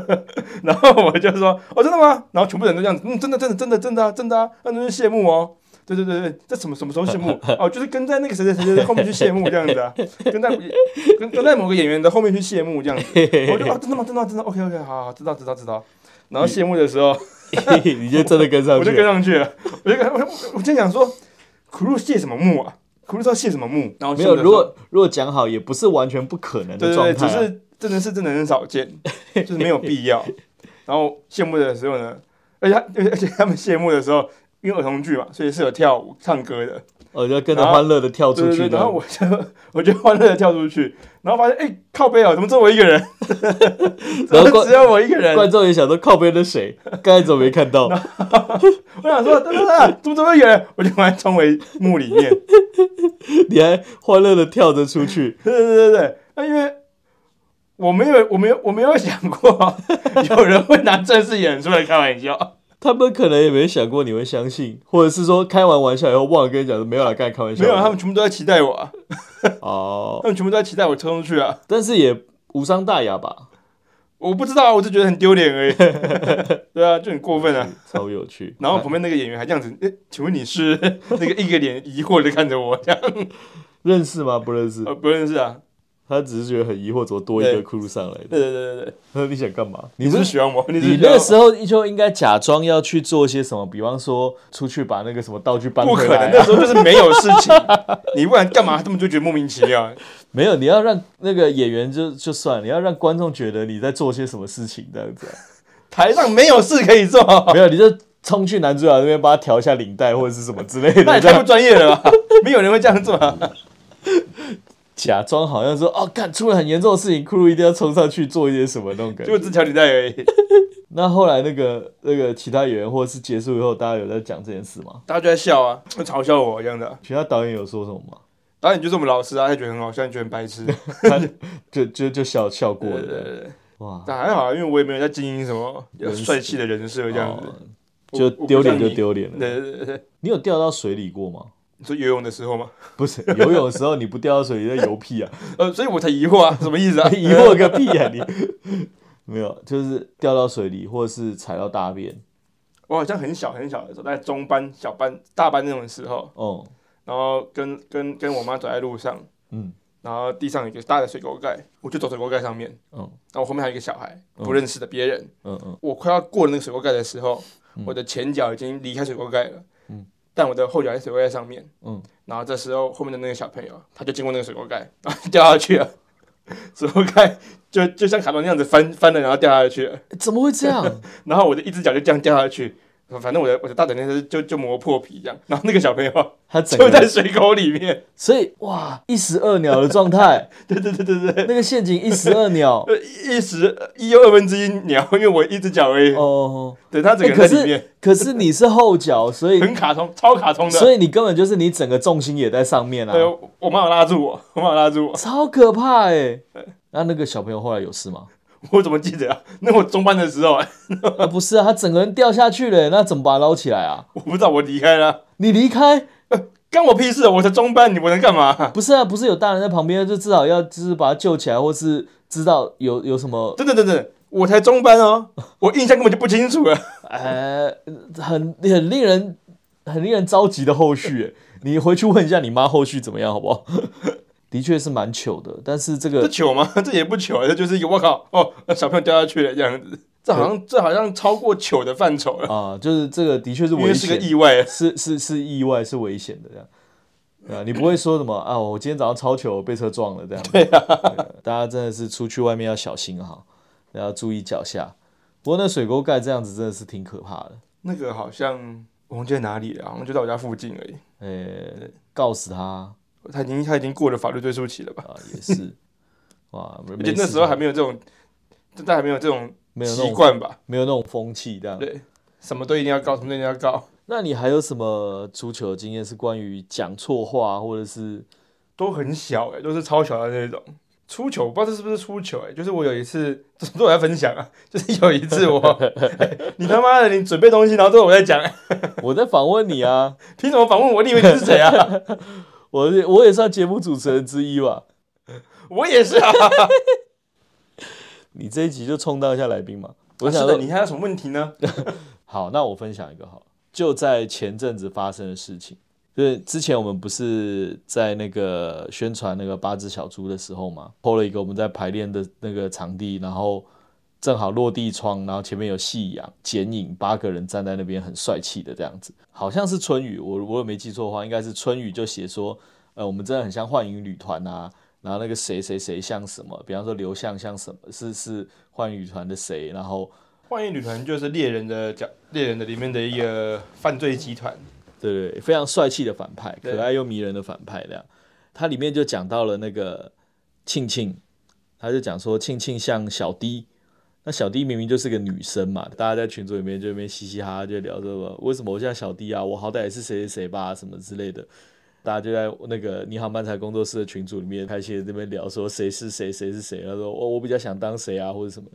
[SPEAKER 2] 然后我就说，哦，真的吗？然后全部人都这样子，嗯，真的，真的，真的，真的啊，真的啊，要上去谢幕哦。对对对对，这什么什么时候谢幕？哦，就是跟在那个谁谁谁的后面去谢幕这样子啊，跟在跟跟在某个演员的后面去谢幕这样子。我就啊，真的吗？真的吗真的，OK OK，好好，知道知道知道。然后谢幕的时候，
[SPEAKER 1] 你就真的跟上
[SPEAKER 2] 我就
[SPEAKER 1] 去
[SPEAKER 2] 跟
[SPEAKER 1] 了？
[SPEAKER 2] 上去了，我就跟我我我就想说，苦路谢什么幕啊？苦路知道谢什么幕？然后
[SPEAKER 1] 没
[SPEAKER 2] 谢幕
[SPEAKER 1] 有，
[SPEAKER 2] 的
[SPEAKER 1] 如
[SPEAKER 2] 时候
[SPEAKER 1] 果如果讲好，也不是完全不可能
[SPEAKER 2] 对
[SPEAKER 1] 的
[SPEAKER 2] 对
[SPEAKER 1] 状
[SPEAKER 2] 对，只
[SPEAKER 1] 态啊。
[SPEAKER 2] 是真的是真的很少 见，就是没有必要。然后谢幕的时候呢，而且他而且他们谢幕的时候，因为儿童剧嘛，所以是有跳舞唱歌的。
[SPEAKER 1] 我就哦跟着
[SPEAKER 2] 然后
[SPEAKER 1] 欢乐的跳出
[SPEAKER 2] 对
[SPEAKER 1] 去
[SPEAKER 2] 对对，
[SPEAKER 1] 的
[SPEAKER 2] 然后。我就 我就欢乐的跳出去，然后发现哎、靠背哦，怎么只有我一个人？ 怎
[SPEAKER 1] 然后
[SPEAKER 2] 么
[SPEAKER 1] 观
[SPEAKER 2] 只有我一个人？
[SPEAKER 1] 观众也想说靠边 的谁？刚才怎么没看到？
[SPEAKER 2] 我想说，等等等，怎么这么远？我就把它冲回墓里面，
[SPEAKER 1] 你还欢乐的跳着出去，
[SPEAKER 2] 对对对对，那因为我没有，我没有，我没有想 过有人会拿正式演出来开玩笑。
[SPEAKER 1] 他们可能也没想过你会相信，或者是说开完玩笑以后忘了跟你讲说没有啦，刚才开玩笑
[SPEAKER 2] 没
[SPEAKER 1] 的，
[SPEAKER 2] 有，他们全部都在期待我、啊，
[SPEAKER 1] 哦，
[SPEAKER 2] 他们全部都在期待我冲出去啊！
[SPEAKER 1] 但是也无伤大雅吧，
[SPEAKER 2] 我不知道啊，我就觉得很丢脸 而已。对啊，就很过分啊。
[SPEAKER 1] 超有趣。
[SPEAKER 2] 然后旁边那个演员还这样子，哎、请问你是 那个一个脸疑惑的看着我，这样
[SPEAKER 1] 认识吗？不认识，
[SPEAKER 2] 呃不认识啊？
[SPEAKER 1] 他只是觉得很疑惑，怎么多一个骷髅上来的？
[SPEAKER 2] 对对对对对，
[SPEAKER 1] 那你想干嘛？你
[SPEAKER 2] 你
[SPEAKER 1] 不
[SPEAKER 2] 是
[SPEAKER 1] 是
[SPEAKER 2] 喜欢我？你是
[SPEAKER 1] 你
[SPEAKER 2] 喜欢
[SPEAKER 1] 那
[SPEAKER 2] 我
[SPEAKER 1] 时候就应该假装要去做些什么，比方说出去把那个什么道具搬
[SPEAKER 2] 不
[SPEAKER 1] 回
[SPEAKER 2] 可
[SPEAKER 1] 来
[SPEAKER 2] 能，
[SPEAKER 1] 啊、
[SPEAKER 2] 那时候就是没有事情， 你不然干嘛？他们就觉得莫名其妙。
[SPEAKER 1] 没有，你要让那个演员就就算了，你要让观众觉得你在做些什么事情这样子啊、
[SPEAKER 2] 台上没有事可以做，
[SPEAKER 1] 没有，你就冲去男主角那边帮他调一下领带或者是什么之类
[SPEAKER 2] 那
[SPEAKER 1] 的，
[SPEAKER 2] 也太
[SPEAKER 1] 这
[SPEAKER 2] 不
[SPEAKER 1] 样
[SPEAKER 2] 专业了 吧？没有人会这样做啊。
[SPEAKER 1] 假装好像说哦，干出了很严重的事情，库鲁一定要冲上去做一些什么那种感
[SPEAKER 2] 就
[SPEAKER 1] 觉。
[SPEAKER 2] 只调理带而已。
[SPEAKER 1] 那后来那个那个其他演员或者是结束以后，大家有在讲这件事吗？
[SPEAKER 2] 大家就在笑啊，嘲笑我这样的。
[SPEAKER 1] 其他导演有说什么吗？
[SPEAKER 2] 导演就是我们老师啊，他觉得很好笑，你觉得很白 痴。
[SPEAKER 1] 他就就就笑笑过
[SPEAKER 2] 对对
[SPEAKER 1] 的，
[SPEAKER 2] 对，
[SPEAKER 1] 哇，
[SPEAKER 2] 但还好啊，因为我也没有在经营什么
[SPEAKER 1] 人设
[SPEAKER 2] 帅气的人设这样子。
[SPEAKER 1] 哦就丢脸就丢脸
[SPEAKER 2] 对
[SPEAKER 1] 了。
[SPEAKER 2] 对对对，
[SPEAKER 1] 你有掉到水里过吗？
[SPEAKER 2] 你说游泳的时候嘛，
[SPEAKER 1] 不是游泳的时候你不掉到水里在游屁啊，？
[SPEAKER 2] 呃，所以我才疑惑 啊，什么意思啊
[SPEAKER 1] 疑惑个屁啊你！没有，就是掉到水里或者是踩到大便，
[SPEAKER 2] 我好像很小很小的时候，在中班、小班、大班那种时候，
[SPEAKER 1] 哦、
[SPEAKER 2] 然后跟跟跟我妈走在路上，
[SPEAKER 1] 嗯，
[SPEAKER 2] 然后地上有一个大的水沟盖，我就走水沟盖上面，
[SPEAKER 1] 嗯
[SPEAKER 2] 然后我后面还有一个小孩，不认识的别人，
[SPEAKER 1] 嗯嗯，
[SPEAKER 2] 我快要过了那个水沟盖的时候，我的前脚已经离开水沟盖了，
[SPEAKER 1] 嗯
[SPEAKER 2] 但我的后脚在水沟盖上面，
[SPEAKER 1] 嗯
[SPEAKER 2] 然后这时候后面的那个小朋友他就经过那个水沟盖， 然后掉下去了， 水沟盖就就像卡通那样子翻翻了，然后掉下去了，
[SPEAKER 1] 怎么会这样？
[SPEAKER 2] 然后我的一只脚就这样掉下去。反正我的我的大腿那是就就磨破皮这样，然后那个小朋友
[SPEAKER 1] 他整
[SPEAKER 2] 就
[SPEAKER 1] 个
[SPEAKER 2] 在
[SPEAKER 1] 人，
[SPEAKER 2] 水沟里面，
[SPEAKER 1] 所以哇，一石二鸟的状 态，
[SPEAKER 2] 对对对对对，
[SPEAKER 1] 那个陷阱一石二鸟
[SPEAKER 2] 呃一一时一又二分之一鸟，因为我一只脚而已，
[SPEAKER 1] 哦。
[SPEAKER 2] 对他整
[SPEAKER 1] 哎
[SPEAKER 2] 个
[SPEAKER 1] 可
[SPEAKER 2] 人在里面，
[SPEAKER 1] 是可是你是后脚，所以
[SPEAKER 2] 很卡通，超卡通的。
[SPEAKER 1] 所以你根本就是你整个重心也在上面啊
[SPEAKER 2] 对，，我我妈有拉住我，我妈有拉住我，
[SPEAKER 1] 超可怕哎、那、那个小朋友后来有事 吗？
[SPEAKER 2] 我怎么记得啊？那我中班的时候，
[SPEAKER 1] 啊，不是啊，他整个人掉下去了欸，那怎么把他捞起来啊？
[SPEAKER 2] 我不知道我离开了，
[SPEAKER 1] 你离开
[SPEAKER 2] 干我屁事啊！我才中班，你我能干嘛？
[SPEAKER 1] 不是啊，不是有大人在旁边，就至少要就是把他救起来，或是知道有有什么，
[SPEAKER 2] 等等等等，我才中班哦，我印象根本就不清楚啊了。
[SPEAKER 1] 呃，很很令人很令人着急的后续欸。你回去问一下你妈后续怎么样，好 不好？的确是蛮糗的，但是 这
[SPEAKER 2] 这
[SPEAKER 1] 个
[SPEAKER 2] 糗吗？这也不糗，啊这就是一个我靠哦，小朋友掉下去了这样子，这好像这好像超过糗的范畴了，
[SPEAKER 1] 啊、就是这个的确是
[SPEAKER 2] 因为
[SPEAKER 1] 危
[SPEAKER 2] 是个
[SPEAKER 1] 险，
[SPEAKER 2] 意外。啊
[SPEAKER 1] 是是是意外，是危险的这样。对啊，你不会说什么啊？我今天早上超球被车撞了这样。对啊，大家真的是出去外面要小心哈，要注意脚下。不过那水沟盖这样子真的是挺可怕的，
[SPEAKER 2] 那个好像我忘记在哪里了，好像就在我家附近而已。
[SPEAKER 1] 呃、告死他啊
[SPEAKER 2] 他已经他已经过了法律追诉期了吧？
[SPEAKER 1] 也是，哇，
[SPEAKER 2] 而
[SPEAKER 1] 没
[SPEAKER 2] 且那
[SPEAKER 1] 事啊
[SPEAKER 2] 时候还没有这种，大家还没有这种
[SPEAKER 1] 没有那
[SPEAKER 2] 习
[SPEAKER 1] 种
[SPEAKER 2] 惯吧？
[SPEAKER 1] 没有那种风气这样。
[SPEAKER 2] 对，什么都一定要告，什么都一定要告，
[SPEAKER 1] 那你还有什么足球的经验是关于讲错话或者是
[SPEAKER 2] 都很小哎、都是超小的那种。出糗，我不知道这是不是出糗哎、就是我有一次， 这都我在分享啊，就是有一次我， 哎你他妈的，你准备东西，然后都是我在讲、哎
[SPEAKER 1] 我在访问你啊？
[SPEAKER 2] 凭什么访问我？你以为你是谁 啊？
[SPEAKER 1] 我是我也算节目主持人之一吧？
[SPEAKER 2] 我也是啊。
[SPEAKER 1] 你这一集就充当一下来宾嘛？我
[SPEAKER 2] 我
[SPEAKER 1] 想
[SPEAKER 2] 啊是
[SPEAKER 1] 说
[SPEAKER 2] 的，你还有什么问题呢？
[SPEAKER 1] 好，那我分享一个好了，就在前阵子发生的事情，就是之前我们不是在那个宣传那个八只小猪的时候嘛，p 了一个我们在排练的那个场地，然后正好落地窗，然后前面有夕阳剪影，八个人站在那边很帅气的这样子，好像是春雨，我我也没记错的话，应该是春雨就写说，呃，我们真的很像幻影旅团啊。然后那个谁谁谁像什么，比方说刘向像什么，是是幻影旅团的谁，然后
[SPEAKER 2] 幻影旅团就是猎人的讲，猎人的里面的一个犯罪集团。
[SPEAKER 1] 对对，非常帅气的反派，
[SPEAKER 2] 对
[SPEAKER 1] 可爱又迷人的反派这样。它里面就讲到了那个庆庆，他就讲说庆庆像小迪，那小迪明明就是个女生嘛，大家在群组里面就在那边嘻嘻哈哈就聊这个，为什么我像小迪啊？我好歹也是谁谁谁吧，什么之类的。大家就在那个你好漫才工作室的群组里面开心地在那边聊说谁是谁谁是谁，他说哦我我比较想当谁啊或者什么，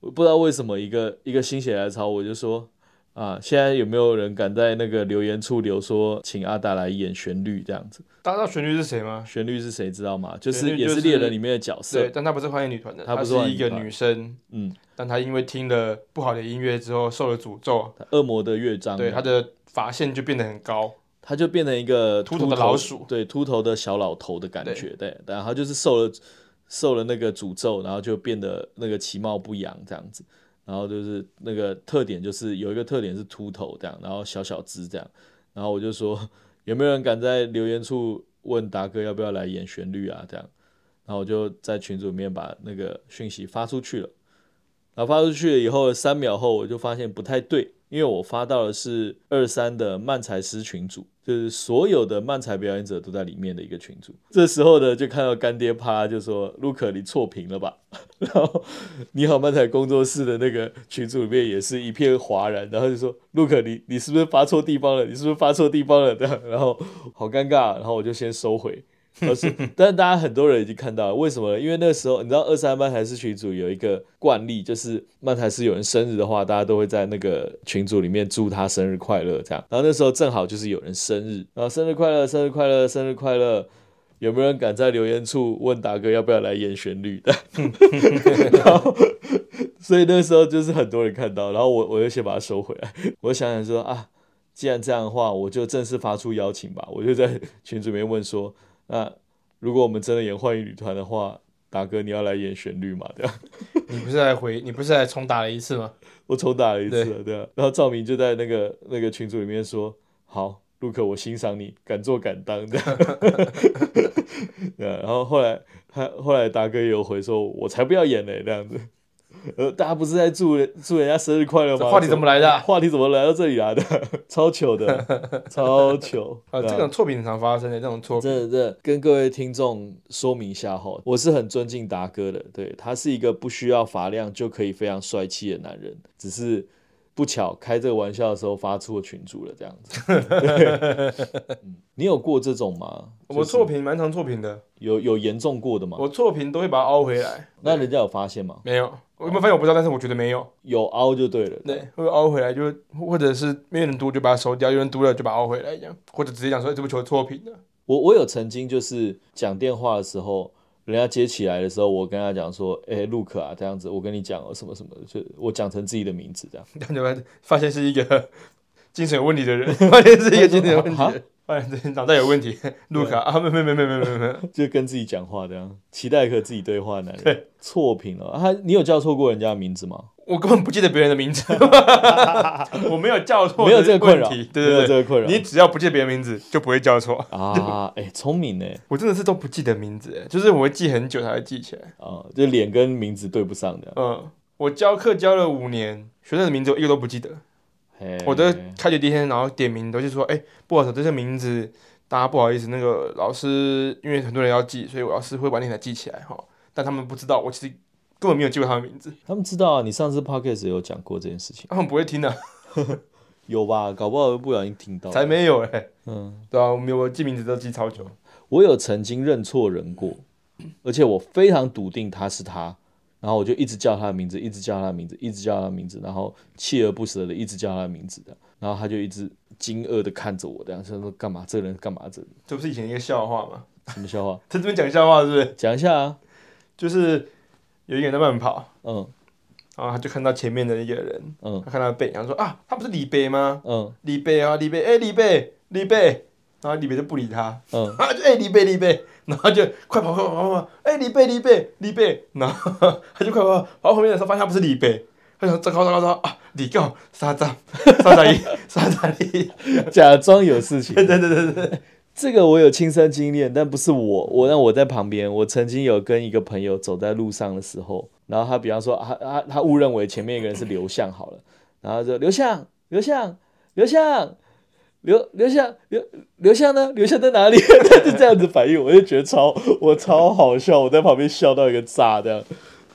[SPEAKER 1] 我不知道为什么一个一个心血来潮，我就说啊，现在有没有人敢在那个留言处留说请阿达来演旋律这样子？
[SPEAKER 2] 大家知道旋律是谁吗？
[SPEAKER 1] 旋律是谁知道吗？就
[SPEAKER 2] 旋
[SPEAKER 1] 是
[SPEAKER 2] 律
[SPEAKER 1] 也
[SPEAKER 2] 就是是
[SPEAKER 1] 猎人里面的角色，
[SPEAKER 2] 对，但她不是幻影女团的，
[SPEAKER 1] 她
[SPEAKER 2] 她
[SPEAKER 1] 不是
[SPEAKER 2] 是
[SPEAKER 1] 幻影
[SPEAKER 2] 一个
[SPEAKER 1] 女团
[SPEAKER 2] 女生，
[SPEAKER 1] 嗯，
[SPEAKER 2] 但她因为听了不好的音乐之后受了诅咒，
[SPEAKER 1] 恶魔的乐章，
[SPEAKER 2] 对她的发线就变得很高，
[SPEAKER 1] 他就变成一个
[SPEAKER 2] 秃头的老鼠
[SPEAKER 1] 对，秃头的小老头的感觉，对，然后他就是受了受了那个诅咒，然后就变得那个其貌不扬这样子，然后就是那个特点就是有一个特点是秃头这样，然后小小只这样，然后我就说 有没有人敢在留言处问达哥要不要来演旋律啊这样，然后我就在群组里面把那个讯息发出去了。然后发出去了以后，三秒后我就发现不太对，因为我发到的是二三的漫才师群组，就是所有的漫才表演者都在里面的一个群组。这时候呢，就看到干爹啪就说：“陆可，你错评了吧？” 然后你好漫才工作室的那个群组里面也是一片哗然，然后就说：“陆可，你你是不是发错地方了？你是不是发错地方了？”这样，然后好尴尬，然后我就先收回。 但是，但是大家很多人已经看到了，为什么呢？因为那个时候，你知道二三漫才师群组有一个惯例，就是漫才师有人生日的话，大家都会在那个群组里面祝他生日快乐这样。然后那时候正好就是有人生日，然后生日快乐，生日快乐，生日快乐。有没有人敢在留言处问达哥要不要来演旋律 的？然后，所以那时候就是很多人看到，然后我我就先把它收回来。我想想说啊，既然这样的话，我就正式发出邀请吧。我就在群组里面问说，那如果我们真的演幻影女团的话，达哥你要来演旋律嘛？对吧？
[SPEAKER 2] 你不是来回，你不是来重打了一次吗？
[SPEAKER 1] 我重打了一次了，对吧？然后赵明就在那个那个群组里面说：“好，陆可，我欣赏你，敢做敢当的。” 对啊，然后后来他后来达哥也有回说：“我才不要演嘞，这样子。”呃，大家不是在祝人祝人家生日快乐
[SPEAKER 2] 这
[SPEAKER 1] 吗？
[SPEAKER 2] 话题怎么来的啊
[SPEAKER 1] 话题怎么来到这里来的？超糗的，超糗。
[SPEAKER 2] 啊，
[SPEAKER 1] 对
[SPEAKER 2] 这种错评很常发生的，这种错评，
[SPEAKER 1] 真的，真的跟各位听众说明一下哈，我是很尊敬达哥的，对他是一个不需要发量就可以非常帅气的男人，只是不巧开这个玩笑的时候发出了群主了这样子。对嗯你有过这种吗？
[SPEAKER 2] 我错评蛮常错评的，
[SPEAKER 1] 有有严重过的吗？
[SPEAKER 2] 我错评都会把它凹回来，
[SPEAKER 1] 那人家有发现吗？
[SPEAKER 2] 没有，我有没有发现我不知道，但是我觉得没有。
[SPEAKER 1] 有凹就对了。
[SPEAKER 2] 对，会凹回来就，或者是没有人读就把它收掉，有人读了就把它凹回来一样，或者直接讲说、哎、这不球错评的，
[SPEAKER 1] 我我有曾经就是讲电话的时候，人家接起来的时候，我跟他讲说，哎、陆可啊，这样子，我跟你讲哦什么什么的，就我讲成自己的名字这样。
[SPEAKER 2] 然后就发发现是一个 精神有问题的人， 发现是一个精神有问题的
[SPEAKER 1] 啊
[SPEAKER 2] 人，发现自己脑袋有问题，路卡啊，没没没没没没没，
[SPEAKER 1] 就跟自己讲话这样，期待和自己对话的男人，错评了、啊。他你有叫错过人家的名字吗？
[SPEAKER 2] 我根本不记得别人的名 字，我没有叫错，
[SPEAKER 1] 没有这个困扰，
[SPEAKER 2] 对
[SPEAKER 1] 没有
[SPEAKER 2] 对
[SPEAKER 1] 这
[SPEAKER 2] 对，
[SPEAKER 1] 个困扰。
[SPEAKER 2] 你只要不记得别人名字就不会叫错，
[SPEAKER 1] 啊，哎、聪明呢，
[SPEAKER 2] 我真的是都不记得名字，哎就是我会记很久才会记起来，
[SPEAKER 1] 啊，就脸跟名字对不上的。
[SPEAKER 2] 嗯，我教课教了五年，学生的名字我一个都不记得。
[SPEAKER 1] 嘿
[SPEAKER 2] 我的开学第一天，然后点名都是说，哎、不好意思，这些名字大家不好意思，那个老师因为很多人要记，所以我老师会晚点才记起来哈。但他们不知道，我其实根本没有记过他们名 字，
[SPEAKER 1] 他们知道啊，你上次 podcast 有讲过这件事情，
[SPEAKER 2] 他们不会听的、
[SPEAKER 1] 有吧？搞不好不小心听到。
[SPEAKER 2] 才没有哎、
[SPEAKER 1] 嗯，
[SPEAKER 2] 对啊，我没有我记名字都记超久，
[SPEAKER 1] 我有曾经认错人过，而且我非常笃定他是他，然后我就一直叫他的名字，一直叫他的名字，一直叫他的名字，然后锲而不舍的一直叫他的名字的，然后他就一直惊愕的看着我，这样想说干嘛？这个人干嘛？这
[SPEAKER 2] 这不是以前一个笑话吗？
[SPEAKER 1] 什么笑话？
[SPEAKER 2] 在这边讲笑话是不是？
[SPEAKER 1] 讲一下啊，
[SPEAKER 2] 就是有一个人在慢跑，
[SPEAKER 1] 嗯
[SPEAKER 2] 然后他就看到前面的一个人，
[SPEAKER 1] 嗯
[SPEAKER 2] 他看到背，然后说啊，他不是李贝吗？
[SPEAKER 1] 嗯
[SPEAKER 2] 李贝啊，李贝，哎、李贝，李贝，然后李贝就不理他，
[SPEAKER 1] 嗯，
[SPEAKER 2] 啊， 就哎、李贝李贝，然后就快跑快跑快跑，哎、李贝李贝李贝，然后他就快跑，跑到后面的时候发现他不是李贝，他想糟糕糟糕糟糕啊，李告沙赞 沙赞一沙赞一，
[SPEAKER 1] 假装有事情。
[SPEAKER 2] 对对对对对，
[SPEAKER 1] 这个我有亲身经验，但不是我，我让我在旁边。我曾经有跟一个朋友走在路上的时候，然后他比方说，啊他他他误认为前面一个人是刘向好了，然后他说刘向刘向刘向刘刘向刘刘向呢？刘向在哪里？他就这样子反应，我就觉得超我超好笑，我在旁边笑到一个炸这样。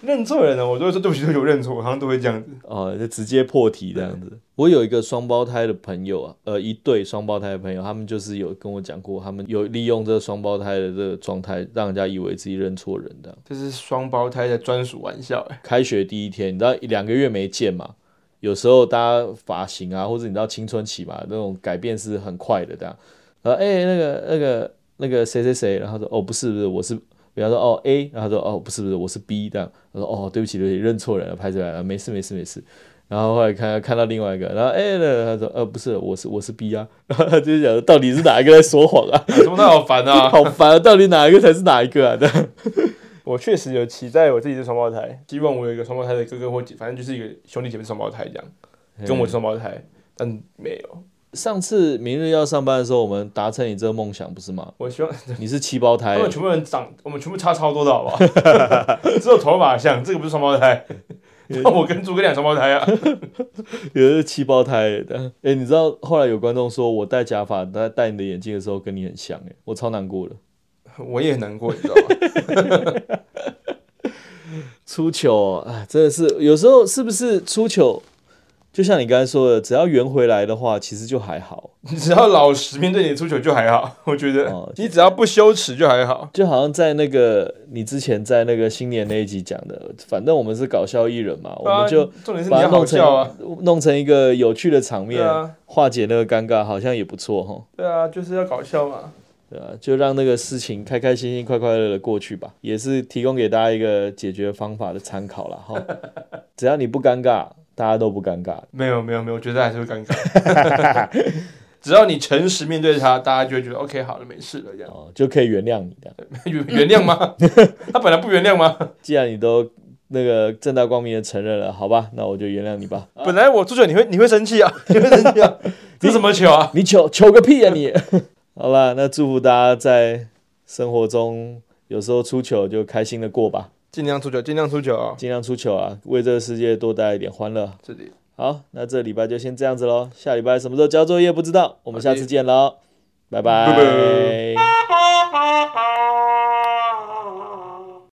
[SPEAKER 2] 认错人了，我都会说对不起，对不起，我认错，我好像都会这样子。
[SPEAKER 1] 哦，就直接破题这样子。我有一个双胞胎的朋友啊，呃，一对双胞胎的朋友，他们就是有跟我讲过，他们有利用这个双胞胎的这个状态，让人家以为自己认错人这样。
[SPEAKER 2] 这是双胞胎的专属玩笑，哎，
[SPEAKER 1] 开学第一天，你知道两个月没见嘛，有时候大家发型啊，或者你知道青春期嘛，那种改变是很快的这样。然后哎、那个那个那个谁谁谁，然后说哦不是不是我是，比方说哦 A，然后说哦不是不是我是 B 这样。他说哦对不起对不起认错人了，拍出来了，没事没事没事。然后后来看看到另外一个，然后哎、那个他说呃不是我是我是 B 啊， 然后他就想到底是哪一个在说谎 啊，
[SPEAKER 2] 什么他好烦啊！
[SPEAKER 1] 好烦啊，到底哪一个才是哪一个啊？这 样
[SPEAKER 2] 我确实有期待我自己是双胞胎，希望我有一个双胞胎的哥哥或姐，反正就是一个兄弟姐妹双胞胎这样，跟我是双胞胎，但没有。
[SPEAKER 1] 上次明日要上班的时候，我们达成你这个梦想，不是吗？
[SPEAKER 2] 我希望
[SPEAKER 1] 你是七胞胎
[SPEAKER 2] 他们
[SPEAKER 1] 欸，
[SPEAKER 2] 全部人长，我们全部差超多的好不 好？只有头发像，这个不是双胞 胎。那我跟诸葛亮双胞胎啊，
[SPEAKER 1] 有的是七胞胎欸的。哎、你知道后来有观众说我戴假发、戴戴你的眼镜的时候跟你很像，哎，我超难过的。
[SPEAKER 2] 我也很难过，你知道 吗？
[SPEAKER 1] 出糗，哎，真的是有时候是不是出糗？就像你刚才说的，只要圆回来的话，其实就还好。
[SPEAKER 2] 你只要老实面对你的出糗就还好，我觉得、
[SPEAKER 1] 哦
[SPEAKER 2] 你只要不羞耻就还好。
[SPEAKER 1] 就好像在那个你之前在那个新年那一集讲的，反正我们是搞笑艺人嘛，我们就
[SPEAKER 2] 啊、重点是你
[SPEAKER 1] 把它
[SPEAKER 2] 要好
[SPEAKER 1] 弄成、
[SPEAKER 2] 笑啊，
[SPEAKER 1] 弄成一个有趣的场面，
[SPEAKER 2] 对啊
[SPEAKER 1] 化解那个尴尬，好像也不错哈。
[SPEAKER 2] 对啊，就是要搞笑嘛。
[SPEAKER 1] 对啊，就让那个事情开开心心、快快乐乐地过去吧，也是提供给大家一个解决方法的参考啦。哈。只要你不尴尬，大家都不尴尬。
[SPEAKER 2] 没有没有没有，我觉得还是会尴尬。 只要你诚实面对他，大家就会觉得 OK，好了，没事了，这样
[SPEAKER 1] 哦，就可以原谅你的。
[SPEAKER 2] 原原谅 吗？他本来不原谅吗？
[SPEAKER 1] 既然你都那个正大光明的承认了，好吧，那我就原谅你吧。
[SPEAKER 2] 本来我出糗，你会你会生 气啊，你会生气啊，这什么糗啊？
[SPEAKER 1] 你糗糗个屁啊你！ 好啦，那祝福大家在生活中有时候出糗就开心的过吧，
[SPEAKER 2] 尽量出糗，尽量出糗啊！
[SPEAKER 1] 尽量出糗啊，为这个世界多带一点欢乐。
[SPEAKER 2] 这里
[SPEAKER 1] 好，那这礼拜就先这样子喽。下礼拜什么时候交作业不知道，我们下次见喽，拜
[SPEAKER 2] 拜
[SPEAKER 1] 拜。